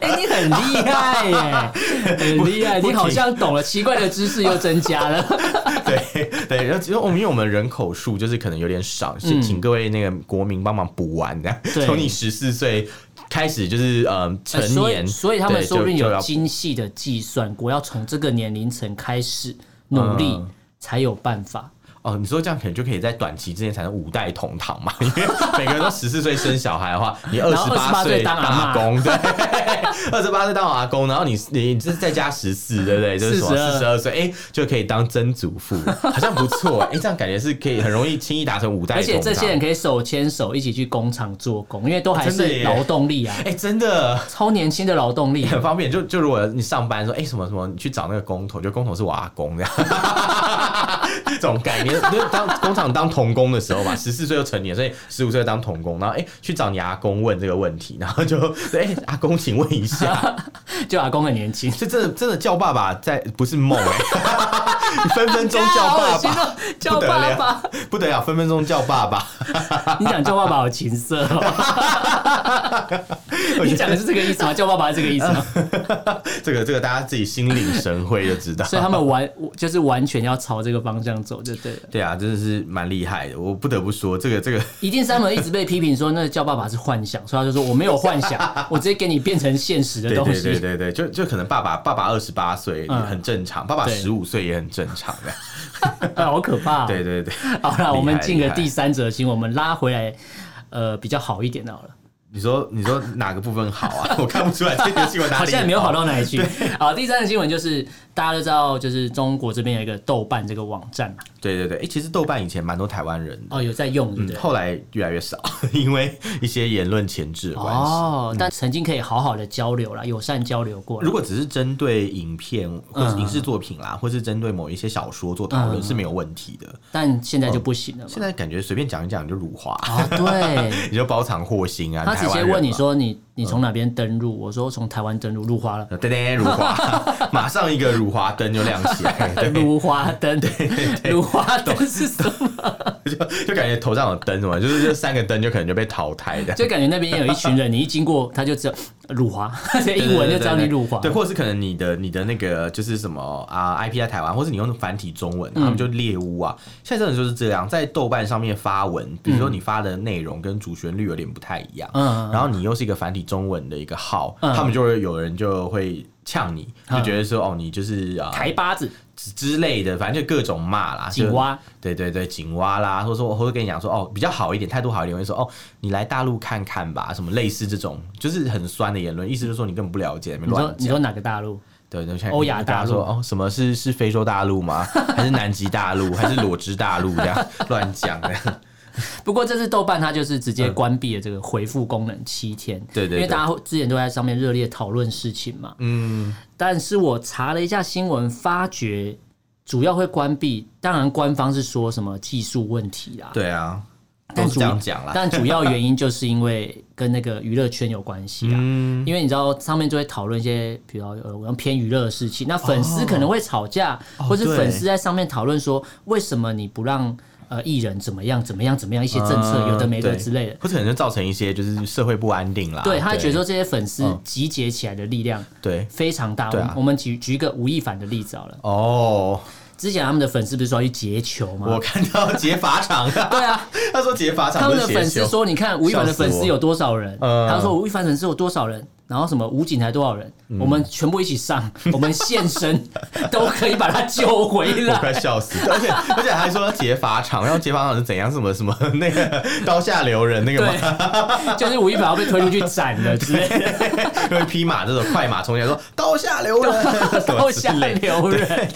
哎、你很厉害耶，很厉害！不你好像懂了，奇怪的知识又增加了。对对，然后其实我们因为我们人口数就是可能有点少，是请各位那个国民帮忙补完的，嗯 对哎从你十四岁开始就是呃成 所年，以，所以他们对说不定就就有要精细的计算过，要从这个年龄层开始努力，嗯才有办法。哦，你说这样可能就可以在短期之内产生五代同堂嘛？因为每个人都十四岁生小孩的话，你二然后十八28岁当当阿阿嬷公，对，二十八岁当阿公，然后你你这再加十四，对不对？就是什么42四十二岁，哎，就可以当曾祖父，好像不错，哎，这样感觉是可以很容易轻易达成五代而同堂。且这些人可以手牵手一起去工厂做工，因为都还真的是耶劳动力啊，哎，真的。超年轻的劳动力。啊 很方便，就就如果你上班说，哎、什么什么，你去找那个工头，就工头是我阿公这样， 这种概念，就是当工厂当童工的时候嘛，十四岁就成年，所以十五岁当童工，然后哎、去找你阿公问这个问题，然后就哎、阿公请问一 下，就阿公很年轻，这真的真的叫爸爸在不是 梦哎、分分钟叫爸爸，爸，哦叫爸爸，不得了，分分钟叫爸 爸，你讲叫爸爸好情色哦， 你讲的是这个意思吗？叫爸爸是这个意思吗？嗯这个这个大家自己心领神会就知道。所以他们完就是完全要朝这个方向走，就对了。对啊，真的是蛮厉害的，我不得不说，这个这个。一定是他们一直被批评说那个叫爸爸是幻想，所以他就说我没有幻 想，我直接给你变成现实的对东对对西。对对，就就可能爸爸爸爸二十八岁嗯很正常，爸爸对十五岁也很正常的。 哎，好可怕哦！对对对，好了，我厉们害进个厉害第三者新闻，我们拉回来，呃，比较好一点的好了。你说你说哪个部分好啊？ 我看不出来这个新闻哪里哦好像也没有好到哪里去。好，第三个新闻就是大家都知道，就是中国这边有一个豆瓣这个网站嘛，对对对，哎，其实豆瓣以前蛮多台湾人的，哦，有在用，对不对嗯，？后来越来越少， 因为一些言论前置的关系。哦，但曾经可以好好的交流啦，友善交流过嗯啦。如果只是针对影片或是影视作品嗯啦，或是针对某一些小说做讨论是没有问题的。但现在就不行了嘛现。 在感觉随便讲一讲你就辱华，啊，对，你就包藏祸心啊！他台直湾接人问你嘛说你你从哪边登入？我说从台湾登入，入花了，呃噔噔辱华， 马上一个辱华灯就亮起 来， 对，入花灯，入花灯是什么？就就感觉头上有灯什么，就是这三个灯就可能就被淘汰的。就感觉那边有一群人，你一经过他就知道呃辱 华，英文就知道你辱华。对，或者是可能你的你的那个就是什么啊、IP 在台湾，或是你用繁体中文，嗯他们就猎污啊。现在真的就是这样，在豆瓣上面发文，比如说你发的内容跟主旋律有点不太一样，嗯然后你又是一个繁体中文的一个号，嗯他们就会有人就会呛你，就觉得说哦，你就是啊、嗯台巴子、之之类的，反正就各种骂啦，井蛙就，对对对，井蛙啦，或者说我会跟你讲说，哦，比较好一点，态度好一点，会说，哦，你来大陆看看吧，什么类似这种，就是很酸的言论，意思就是说你根本不了解，没你说乱你讲。说哪个大陆？对，就像欧亚大陆说，哦，什么是是非洲大陆 吗？还是南极大陆？还是裸汁大陆？这样乱讲的，不过这次豆瓣它就是直接关闭了这个回复功能七天，嗯对对对因为大家之前都在上面热烈讨论事情嘛。嗯，但是我查了一下新闻，发觉主要会关闭，当然官方是说什么技术问题啦，对啊，都但是主这样讲啦。但主要原因就是因为跟那个娱乐圈有关系啦。啊嗯，因为你知道上面就会讨论一些比较呃，我用偏娱乐的事情，那粉丝可能会吵架，哦或是对粉丝在上面讨论说为什么你不让呃艺人怎么样怎么样怎么样一些政啊策、有的没的嗯对之类的。或者可能就造成一些就是社会不安定啦。对，他会觉得说这些粉丝嗯集结起来的力量对，非常大。我对啊们我们举举一个吴亦凡的例子好了，哦，之前他们的粉丝不是说要去劫球吗我？看到劫法场了。对啊， 他说劫法场他不们是的邪粉丝修说，你看吴亦凡笑的死我粉丝有多少人？嗯他说吴亦凡粉丝有多少人？然后什么武警台多少人？嗯我们全部一起上，我们 现身都可以把他救回我来。快笑死！ 而且而且还说要劫法场，然后劫法场是怎样？什么什么那个刀下留人那个吗？对， 就是吴亦凡要被推出去斩了之类 的，因为匹马这种快马冲进来说刀下留人，什 刀么下之类的，留人。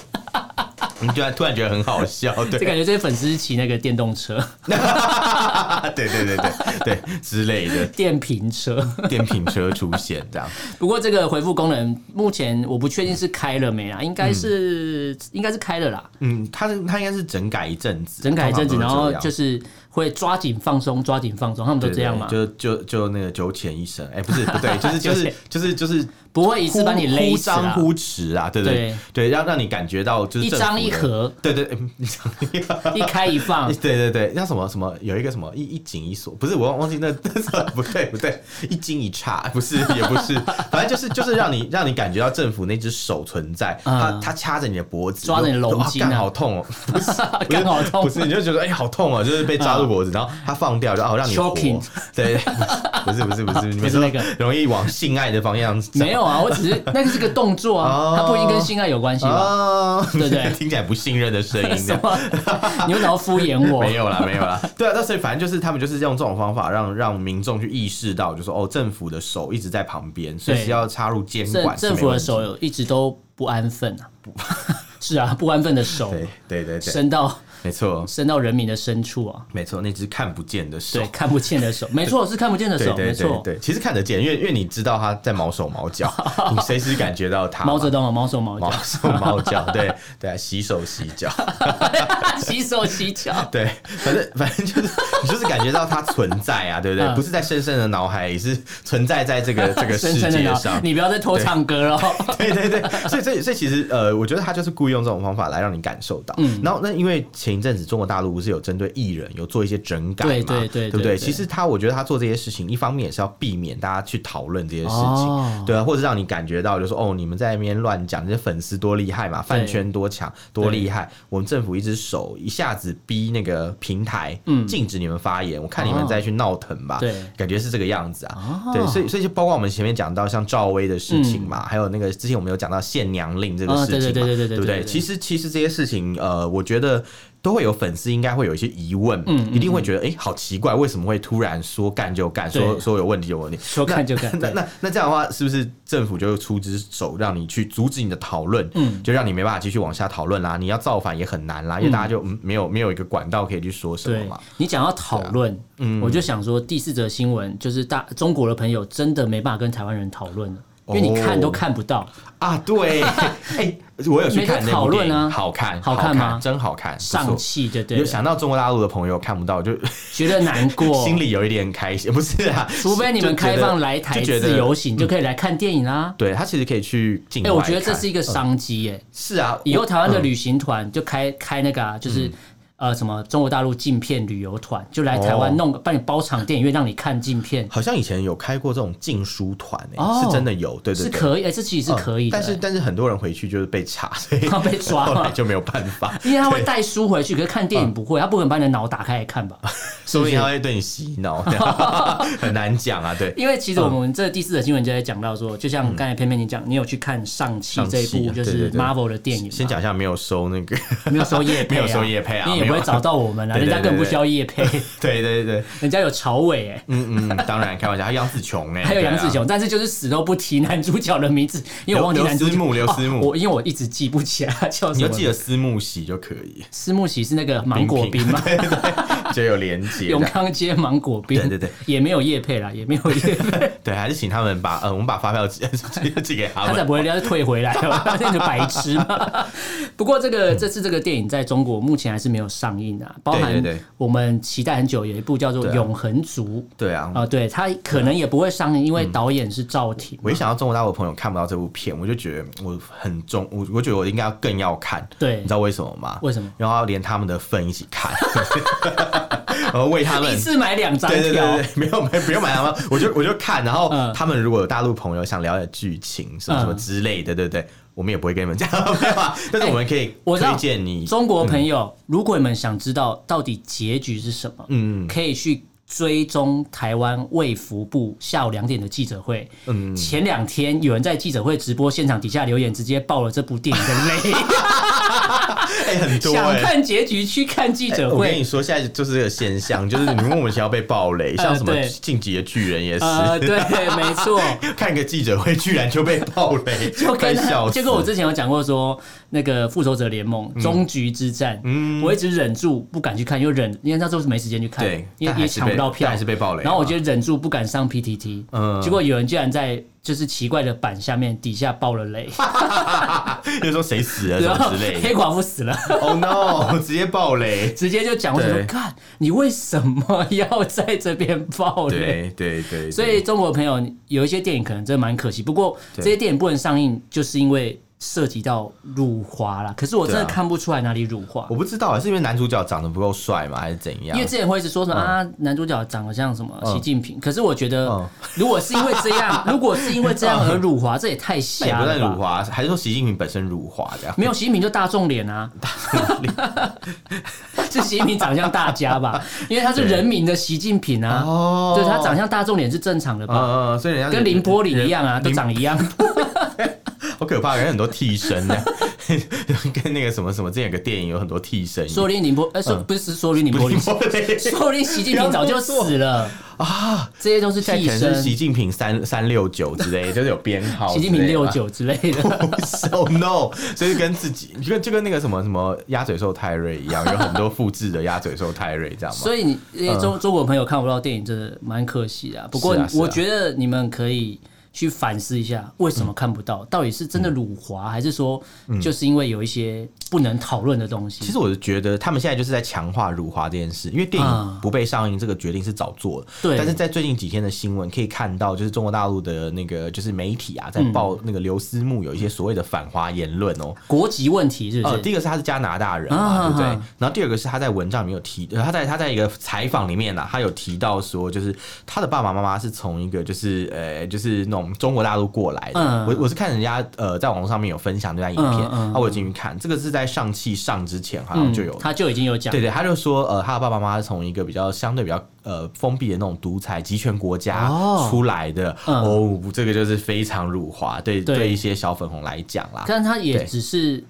你居然突然觉得很好笑，对就感觉这些粉丝骑那个电动车、 啊对对对对对之类的电瓶车。电瓶车出现这样，不过这个回复功能目前我不确定是开了没啦，应该是应该是开了啦。嗯，他是他应该是整改一阵子，整改一阵子，通然常都后是这样就是会抓紧放松，抓紧放松，他们都对这样对嘛，就就就那个九浅一深，哎，不是不对， 就是就九是浅就是就是不会一次把你勒忽死啊啦张。忽弛啊，对对对，让让你感觉到就是一政府张一嗯的合，对对，嗯 一张一合。一开 一放欸，对对对，那什么什么有一个什么一一紧一锁，不是我忘忘记那 那什么不对不对，一惊一乍， 不是也不是，反正就是就是让你让你感觉到政府那只手存在，嗯它它掐着你的脖子，抓着你的就龙哇筋干啊好痛哦， 刚好不痛。是你就觉得哎好痛哦，就是被抓住脖子，嗯然后它放掉就哦让你活 Choking，对， 不是不是不是， 你们是说那个容易往性爱的方向走没有啊，我只是那个是个动作啊哦，它不一定跟性爱有关系吧？哦，对不对 听起来不信任的声 音这什样。么？ 你为什么要敷衍我？ 没有啦，没有啦。对啊，那所以反正就是他们就是用这种方法让让民众去意识到，就说哦，政府的手一直在旁边，随时要插入监政管是没问题。政府的手有一直都不安分啊， 是啊，不安分的手对对对对，伸到没错伸到人民的深处啊，没错，那只看不见的手对，。看不见 的手，没错，是看不见的对手，对没对错。对，其实看得见，因为因为你知道他在毛手毛 脚，你随时感觉到他嘛毛泽东啊，毛手毛 毛脚，手毛脚，对对啊，洗手洗脚， 洗手洗脚，对，反正反正就是你就是感觉到它存在啊，对不嗯对？不是在深深的脑海里，是存在在这个 这个世深深的界聊上。你不要再偷对唱歌了。对 对对，所以所以所以其实呃，我觉得他就是故意用这种方法来让你感受到。嗯然后那因为前一阵子中国大陆不是有针对艺人有做一些整改嘛，对对对对对不对其实他我觉得他做这些事情，一方面也是要避免大家去讨论这些事情，哦对啊，或者让你感觉到就是哦，你们在那边乱讲，这些粉丝多厉害嘛，饭圈多强多厉害，我们政府一只手一下子逼那个平台禁止你们发言，我看你们再去闹腾吧，嗯哦对哦感觉是这个样子啊。对，所以所以就包括我们前面讲到像赵薇的事情嘛，还有那个之前我们有讲到限娘令这个啊事情嘛，嗯对对对对对对对不对对对？其实其实这些事情，呃，我觉得。都会有粉丝应该会有一些疑问，一定会觉得哎、诶好奇怪，为什么会突然说干就干，嗯对说说有问题就有问题，说干就干那 对那那这样的话，是不是政府就会出只手让你去阻止你的讨论？嗯，就让你没办法继续往下讨论啦，你要造反也很难啦，因为大家就嗯没有没有一个管道可以去说什么对嘛。啊嗯你讲到讨论，我就想说第四则新闻就是大中国的朋友真的没办法跟台湾人讨论了。哦因为你看都看不到。啊，对， 哎，我有去看那讨部电论影，啊好看，好看看吗真好看，不上错。气就对有了，想到中国大陆的朋友看不到，就觉得难过。 心里有一点开心，不 是啊？哦除非你们就觉得开放来台就觉自得嗯由行，就可以来看电影啦。对他其实可以去境哎、外看。我觉得这是一个商机耶、是啊，以后我台湾的旅行团就开开那个啊，嗯就是、呃什么中国大陆镜片旅游团，就来台湾哦弄个帮你包场电影院，让你看镜片，好像以前有开过这种禁书团诶、哦是真的有，对对是对，可以，哎、这其实是嗯可以的、但是但是很多人回去就是被 查， 所以要被抓后嘛来就没有办 法，因为他会带书回去，可是看电影不会，他不可能把你的脑打开来 看吧？说不定他会对你洗脑，这 样很难讲啊。对，因为其实我们这第四则新闻就在讲到说，就像刚才偏偏你讲，你有去看《上汽》这一嗯上气部啊就对是对对 Marvel 的电影吗，先讲一下没有收那个， 没有收叶没配、啊，有收业配啊你也没有不会找到我们啊，对对人对家更不需要 叶配，对对对，人家有朝伟哎、嗯嗯，当然开玩笑，还有杨紫琼哎、还有杨紫对啊。琼，但是就是死都不提男主角的名字，因为我忘记刘男主刘角思慕刘思慕哦我因为我一直记不起来他叫什你么。就记得私慕喜就可以，思慕喜是那个芒果冰嘛， 对对对，就有连接。永康街芒果冰，对对对，也没有叶配啦，也没有叶配，对，还是请他们把呃，我们把发票寄寄给他他才们。不会人家退回来 吧？那个白痴嘛。不过这个这次这个电影在中国目前还是没有上映啊，包含嗯对对对我们期待很久有一部叫做对《啊永恒族》。对啊，啊、对他可能也不会上映，因为导演是赵婷嘛。我一想到中国大陆的朋友看不到这部片，我就觉得我很中，我我觉得我应该要更要看。对你知道为什么吗？为什么？然后要连他们的份一起 看，然后为他一们。次买两张对对对票对，，没有没不用买他们，我就我就看，然后嗯他们如果有大陆朋友想了解剧情什么什么嗯之类的，对不对？我们也不会跟你们讲， 没有啊。但是我们可以哎我知道推荐你，中国朋友，如果你们想知道到底结局是什么，嗯，可以去追踪台湾卫福部下午两点的记者会。嗯，前两天有人在记者会直播现场底下留言，直接爆了这部电影的雷。哎，很多想哎。看结局去看记者我跟会你。说，现在就是这个现 象，就是你莫名其妙被暴雷，像什么呃对《进击的巨人》也呃，是，对，没错， 看个记者会居然就被暴雷， 就快跟笑死。嗯就跟我之前有讲过说，那个复仇者联盟终局之战，我一直忍住不敢去看，又忍，因为那时候是没时间去看对，也但也还是抢不被到但票，还是被暴雷然后我嘛就忍住不敢上 PTT，嗯结果有人竟然在就是奇怪的版下面底下爆了 雷，就啊说谁死了什 然后么之类的。黑寡妇死了。 Oh no！直 接暴雷。直接就讲，我想说，对看你为什么要在这边爆雷？对对对，所以中国的朋友有一些电影可能真的蛮可惜，不过这些电影不能上映，就是因为涉及到辱华啦。可是我真的对啊看不出来哪里辱华我，不知道是因为男主角长得不够帅吗，还是怎样因为？之前会一直说什么啊，男主角长得像什么嗯习近平，可是我觉得嗯如果是因为这 样，如果是因为这样而辱华，这也太那也瞎不算了辱吧。华，还是说习近平本身辱华这样？没有习近平就大众脸啊， 是习近平长相大家吧？因为他是人民的习近平啊，哦对他长相大众脸是正常的吧？嗯嗯，所以人家是跟林柏林一样啊，人都长一样。好可怕，有很多替身的， 跟那个什么什么，之前有个电影有很多替身一样。说不定林波，呃，说不是说不定林波林，说嗯 不是不定习近平早就死了啊！这些都是现在替可能是身，习近平三三六九之类，就是有编号。习近平六。九之类的。 so no，所以跟自己就跟就跟那个什么什么鸭嘴兽泰瑞一样，有很多复制的鸭嘴兽泰瑞，这样吗？所以你因为中中国朋友看不到电影，真的蛮可惜的啊。不过嗯是啊是啊我觉得你们可以去反思一下，为什么看不嗯到？到底是真的辱华，还是说就是因为有一些不能讨论的东其西？实我是觉得他们现在就是在强化辱华这件事，因为电啊影不被上映这个决定是早做的。对但是在最近几天的新闻可以看到，就是中国大陆的那个就是媒体啊，在嗯报那个刘思慕有一些所谓的反华言论哦、国籍问题是不呃，是？第一个是他是加拿大人嘛，啊对不对啊？然后第二个是他在文章里面有提，呃他在他在一个采访里面呢、啊他有提到说，就是他的爸爸妈妈是从一个就是呃就是那种中国大陆过来的。嗯我我是看人家呃在网络上面有分享这段影片，嗯嗯啊，我有进去看，这个是在上汽上之前好像就有。他就已经有讲对对，他就说，呃，他的爸爸妈妈是从一个比较相对比较呃封闭的那种独裁集权国家哦出来的，嗯哦，这个就是非常辱华，对对对一些小粉红来讲啦，但他也对只是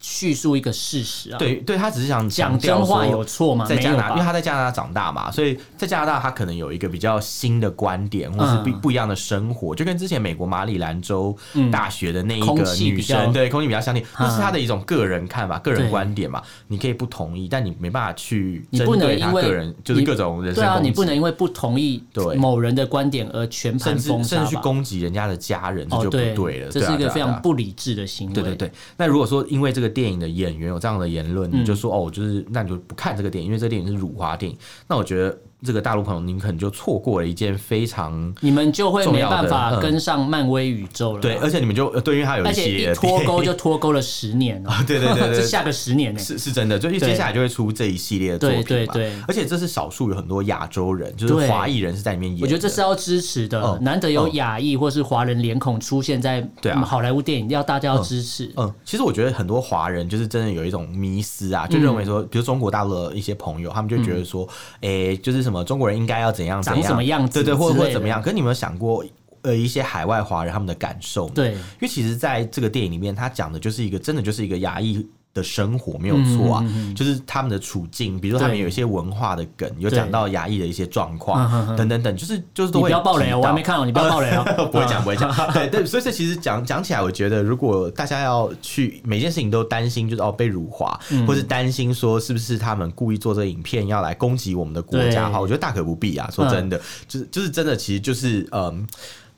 叙述一个事实啊。，对对，他只是想讲强调真说话有错吗？在啊没加有拿大，因为吧？他在加拿大长大嘛，所以在加拿大他可能有一个比较新的观点，或是不嗯不一样的生活，就跟之前美国马里兰州大学的那一空个气女比较生，对空气比较相近，那是啊他的一种个人看法、个对人观点嘛，你可以不同意，但你没办法去你针不能对他因为个人，就是你各种人身对啊，攻你不击能因为不同意对某人的观点而全甚盘至封甚杀至去吧。攻击人家的家人，这哦，就不对对了，这对是啊一个对啊非对啊常不理智的行为。对对对，那如果说因为这个电影的演员有这样的言论，你就说哦，就是那你就不看这个电影，因为这个电影是辱华电影。那我觉得这个大陆朋友，您可能就错过了一件非常你们就会没办重要的法嗯跟上漫威宇宙了。对，而且你们就呃对，因为它有而一且些一脱钩电。就脱钩了十年哦 对对对对 这下个十年呢影。 是是真的，就因为对接下来就会出这一系列的作品嘛。对对对而且这是少数有很多亚洲人，就是对华裔人是在里面演的。我觉得这是要支持的嗯，难得有嗯亚裔或是华人脸孔出现在对啊嗯好莱坞电影，要大家要支持。嗯，其实我觉得很多华人就是真的有一种迷思啊，就认为说，比如中国大陆的一些朋友，他们就觉得说，诶、就是什么中国人应该要怎样怎长样，什么样子对对，或之类或的怎么样。可是你有没有想过，呃，一些海外华人他们的感受呢？对因为其实在这个电影里面，他讲的就是一个真的就是一个亚裔。的生活没有嗯错啊，就是他们的处境，比如说他们对有一些文化的梗，有对讲到亚裔的一些状嗯哼况哼等等等，就是就是都你会不要爆雷提哦，我还到。没看哦，你不要爆雷哦 不会讲，不会讲。 对对，所以这其实讲讲起来，我觉得如果大家要去每件事情都担心，就是哦被辱华，嗯或是担心说是不是他们故意做这个影片要来攻击我们的国家的话，对嗯我觉得大可不必啊。说真的，就是就是真的，其实就是嗯，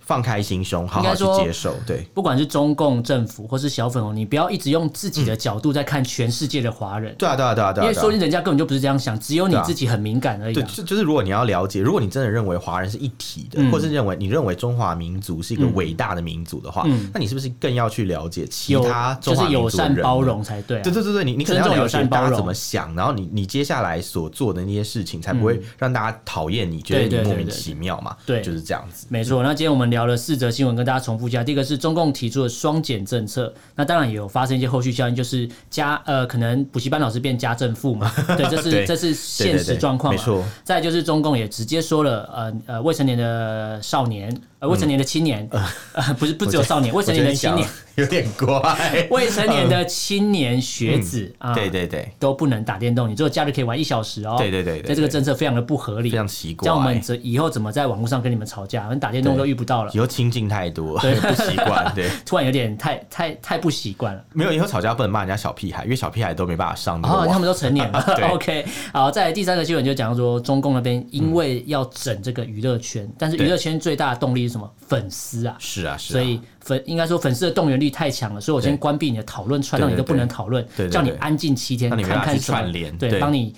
放开心胸，好好去应该说接受。对，不管是中共政府或是小粉红，你不要一直用自己的角度在看全世界的华人，对啊，对啊，对啊，对因啊为对说不啊。定人家根本就不是这样想，只有你对啊自己很敏感而已对，啊。就就是如果你要了解，如果你真的认为华人是一体的，嗯或是认为你认为中华民族是一个伟大的民族的话，那你是不是更要去了解其嗯有他就中华是民族友的人善呢包容才对啊。对对对对，你你可能要尊重了友解善包大家怎容么想，然后你你接下来所做的那些事情，才不会让大家讨厌你，觉对得对你莫对名对其妙嘛。对就是这样子。没错，那今天我们聊了四则新闻，跟大家重复一下。第一个是中共提出的双减政策，那当然也有发生一些后续效应，就是家呃，可能补习班老师变家政妇 嘛，对，这是对这是对现对实对状况没嘛。错。再来就是中共也直接说了，呃呃，未成年的少年，呃，未成年的青年，呃，不是不只有少年，未嗯我成觉得年的你青讲年， 有点怪。未成年的青年学子啊，嗯对对对，都不能打电动，你只有假日可以玩一小时哦。对对对对对在这个政策非常的不合理，非常奇怪这样我们怎以后怎么在网络上跟你们吵架？你打电动对都遇不到了以，后亲近太多， 不习惯。对，突然有点太太太不习惯了。没有以后吵架不能骂人家小屁孩，因为小屁孩都没办法上那然后个哦他网。们都成年了啊 对，OK。好，再来第三个新闻就讲说，中共那边因为要整这个娱乐圈，但是娱乐圈最大的动力是什么？粉丝啊。是啊，是啊。所以粉应该说粉丝的动员力太强了，所以我先对关闭你的讨论串，让你对都对不能讨论对对，叫你对安静七天，让你没看办法看去什么串联对，对帮你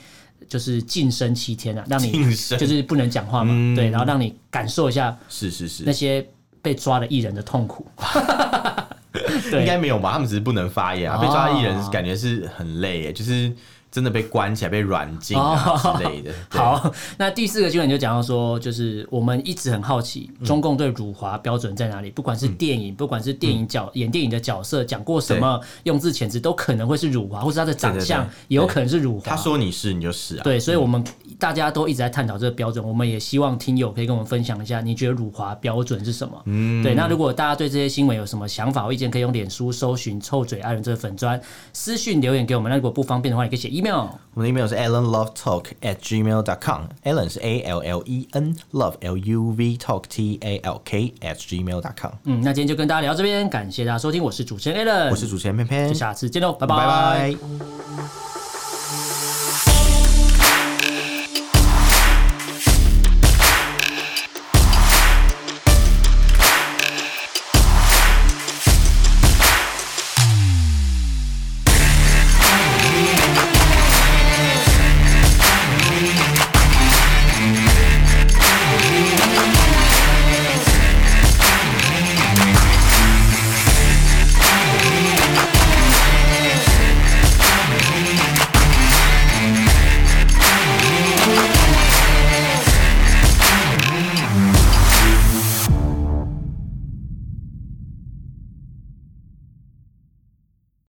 就是晋升七天啊，让你晋升嗯就是不能讲话嘛，对，然后让你感受一下是是是那，些被抓的艺人的痛苦。对应该没有吧？他们只是不能发言啊，被抓哦艺人感觉是很累耶，就是真的被关起来、被软禁啊哦之 类的。对，好，那第四个新闻就讲到说，就是我们一直很好奇，嗯中共对辱华标准在哪里？不管是电影，不管是电嗯影角演电影的角色讲过什么用字遣词，都可能会是辱华，或是他的长相对对对也有可能是辱华他。说你是，你就是啊。啊对，所以，我们大家都一直在探讨这个标准，我们也希望听友可以跟我们分享一下，你觉得辱华标准是什么？嗯，对。那如果大家对这些新闻有什么想法或意见，可以用脸书搜寻“臭嘴爱人”这个粉砖私讯留言给我们。那如果不方便的话，也可以写 email。我们的 email 是 allenlovetalk at gmail dot com，allen 是 a l l e n love l u v talk t a l k at gmail dot com。嗯，那今天就跟大家聊到这边，感谢大家收听，我是主持人 a l a n 我是主持人偏偏，下次见喽，拜拜拜拜。